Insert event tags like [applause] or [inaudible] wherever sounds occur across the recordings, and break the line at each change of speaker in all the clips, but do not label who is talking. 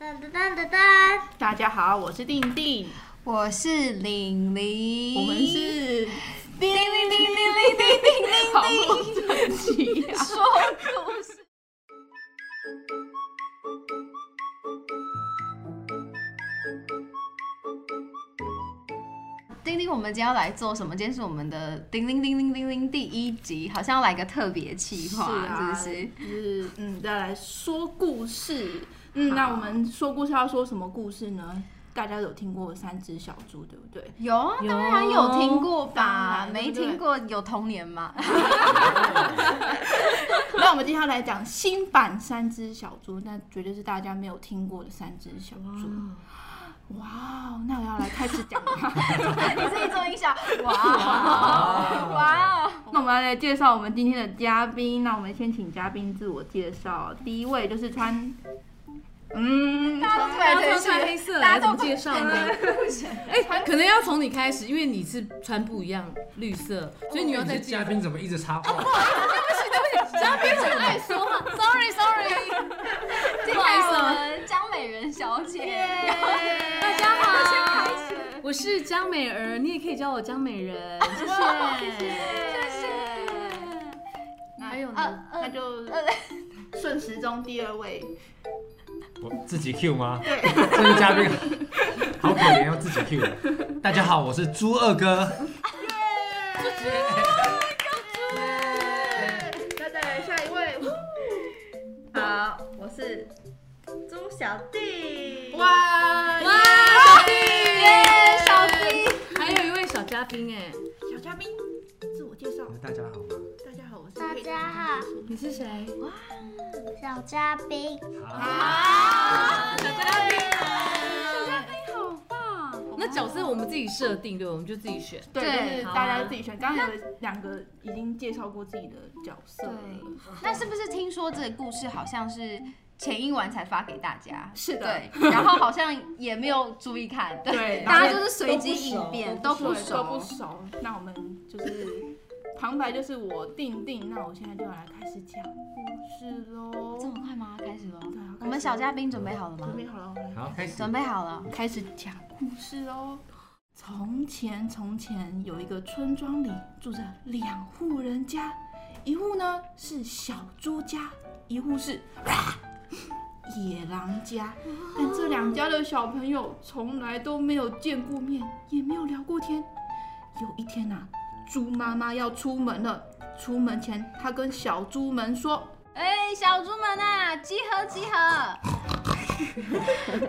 噔噔噔噔噔，
大家好，我是定定，
我是玲玲，
我们是
叮铃铃铃铃铃铃铃，
好不整齐啊！
说故事。叮叮，我们今天要来做什么？今天是我们的叮铃铃铃铃铃第一集，好像要来个特别企划，
啊，
是不是？
就是嗯，再来说故事。嗯，
好
那我们说故事要说什么故事呢？大家有听过三只小猪，对不对？
[laughs] 有啊，
有
当然有听过
当
吧
然，
没
对不对
听过有啊童年 [laughs] 吗？
那我们今天要来讲新版三只小猪，那绝对是大家没有听过的三只小猪。哇哦，那我要来开始讲
[laughs]
了。
你自己做音效，哇哇！哦
那我们来介绍我们今天的嘉宾。那我们先请嘉宾自我介绍。第一位就是穿，嗯，
大家都穿
大家都穿黑色的，
大
来
家
怎
都
么介绍 [laughs] 呢？哎、可能要从你开始，因为你是穿不一样绿色，所以你要
你
再
的
介绍
嘉。宾怎么一直插话？
嘉宾很爱说话，sorry sorry，
进来我们江美人小 [laughs] 姐，
大家好，我是江美儿，你也可以叫我江美人，谢哦谢。
嗯
还有呢？
那就啊嗯 [laughs] 顺时钟第二位，
我自己 Q 吗？对，这个嘉宾好可怜，要自己 Q。大家好，我是猪二哥。
那再来下一位。 [laughs] 好，我是
猪小弟，
哇
哇，
哇，
小弟，
小弟，
还有一位小嘉宾哎，
小嘉宾自我介绍。
大家好，
大家好，我是
大家好，
你是谁？
小嘉宾，
啊，小嘉宾，
好棒！那角色我们自己设定，对吧，我们就自己选。
对，就是
好啊
大家自己选。刚刚有两个已经介绍过自己的角色了。
那是不是听说这个故事好像是前一晚才发给大家？
是的
对，然后好像也没有注意看，
[laughs] 对
大家就是随机应变，都不
对都不
熟。
熟。那我们就是旁白就是我定定，那我现在就要来开始讲故事喽。
这么快吗？开始喽！
对啊
我们小嘉宾准备好了吗
准？备好了，我们
好，开始。
准备好了。
开始讲故事喽。从前，从前有一个村庄里住着两户人家，一户呢是小猪家，一户是野狼家。但这两家的小朋友从来都没有见过面，也没有聊过天。有一天呐、猪妈妈要出门了，出门前她跟小猪们说
哎，小猪们啊，集合集
[laughs]
合！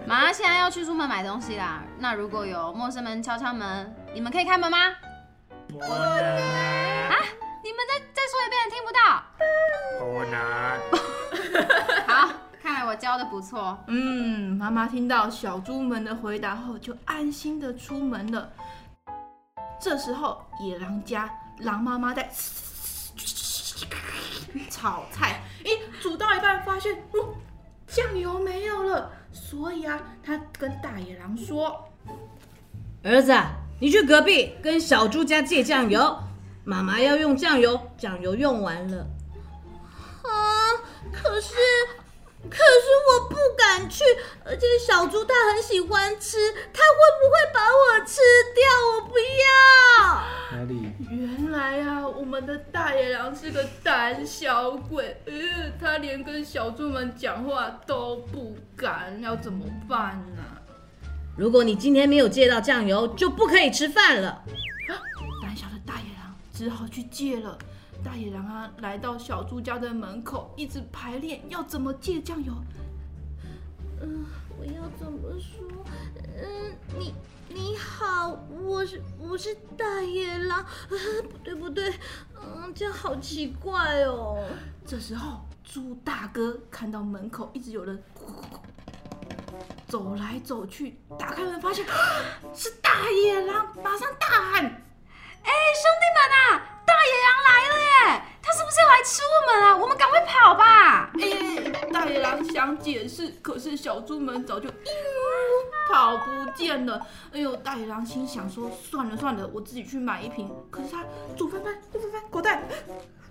妈，现在要去出门买东西啦。那如果有陌生人敲敲门，你们可以开门吗？
不能，
啊，你们再再说一遍，听不到。
不能。
好，看来我教的不错。
嗯，妈妈听到小猪们的回答后，就安心的出门了。这时候，野狼家狼妈妈在炒菜，诶，煮到一半发现，哦，酱油没有了，所以啊，她跟大野狼说，
儿子啊，你去隔壁跟小猪家借酱油，妈妈要用酱油，酱油用完了。啊，可是，可是我不敢去，而且小猪它很喜欢吃，它会不会把我吃掉？我不要。
哪里？
原来啊，我们的大野狼是个胆小鬼，呃，他连跟小猪们讲话都不敢，要怎么办呢、
如果你今天没有借到酱油，就不可以吃饭了。
胆小的大野狼只好去借了。大野狼啊，来到小猪家的门口，一直排练要怎么借酱油。
我要怎么说？嗯，你你好，我是我是大野狼， [laughs] 不对不对，嗯，这样好奇怪哦。
这时候，猪大哥看到门口一直有人咕咕咕咕走来走去，打开门发现啊是大野狼，马上大喊
哎，兄弟们啊，大野狼来了耶！他是不是要来吃我们啊？我们赶快跑吧！
哎大野狼想解释，可是小猪们早就哎呦跑不见了。哎呦，大野狼心想说：算了算了，我自己去买一瓶。可是他左翻翻，右翻翻，口袋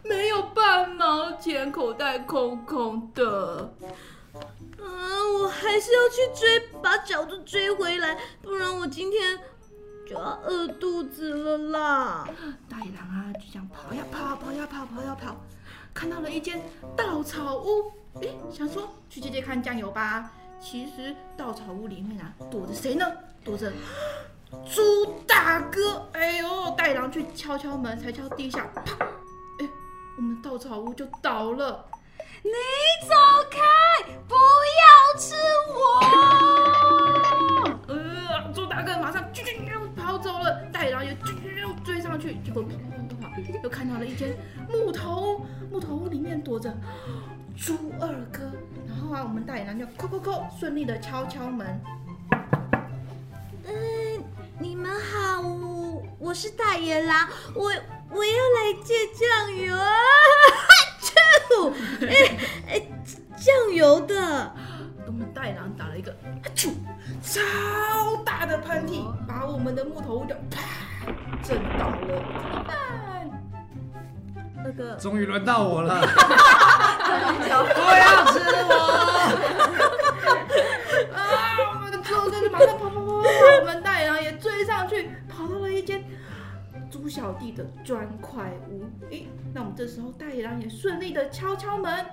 没有半毛钱，口袋空空的。
啊，嗯，我还是要去追，把饺子追回来，不然我今天就要饿肚子了啦。
大野狼啊，就这样跑呀跑，跑呀跑，跑呀跑，看到了一间稻草屋，诶，想说去借借看酱油吧。其实稻草屋里面啊，躲着谁呢？躲着猪大哥。哎呦，大野狼去敲敲门，才敲地下，啪！哎，我们稻草屋就倒了。
你走开，不要吃我！
呃，猪大哥马上啾啾啾跑走了，大野狼也啾啾啾追上去，结果跑跑跑又看到了一间木头屋，木头屋里面躲着猪二哥。然后啊，我们大野狼就扣扣扣，顺利的敲敲门。
嗯，你们好，我我是大野狼，我我要来借酱油啊！ [laughs] 啾，哎哎，酱油的，
我们大野狼打了一个啊啾，超大的喷嚏，把我们的木头屋就啪震倒了。
那个
终于轮到我了，
啊！我们的猪二哥就马上跑跑跑跑跑，我们大野狼也追上去，跑到了一间猪小弟的砖块屋。诶，那我们这时候大野狼也顺利的敲敲门，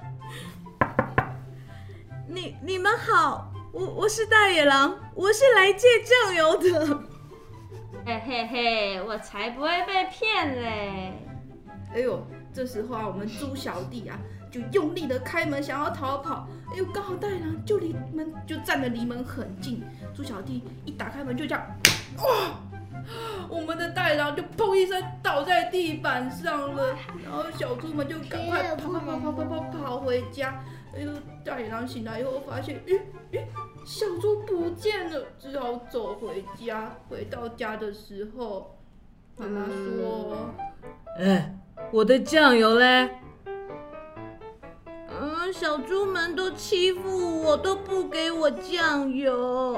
你你们好，我我是大野狼，我是来借酱油的。
嘿嘿嘿，我才不会被骗嘞！
哎呦，这时候啊，我们猪小弟啊就用力的开门想要逃跑，哎呦，刚好大野狼就离门就站的离门很近，猪小弟一打开门就这样，哇！我们的大野狼就砰一声倒在地板上了，然后小猪们就赶快跑跑跑跑跑跑跑回家。哎呦，大野狼醒来以后哎发现，咦咦，嗯小猪不见了，只好走回家。回到家的时候，妈妈说。
哎，我的酱油嘞？
嗯，小猪们都欺负我，都不给我酱油。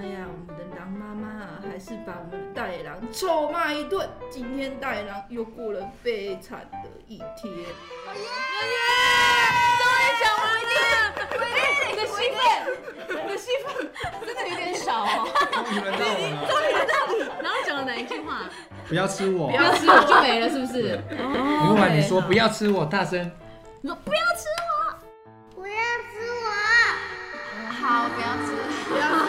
哎呀，我们的狼妈妈啊还是把我们的大野狼臭骂一顿。今天大野狼又过了悲惨的一天。
终于轮到我了，
然后讲了哪一句话？
不要吃我！
吃我就没了，是不是？
明晚你说不要吃我，大声，
不要吃我！
好，不要吃。
不要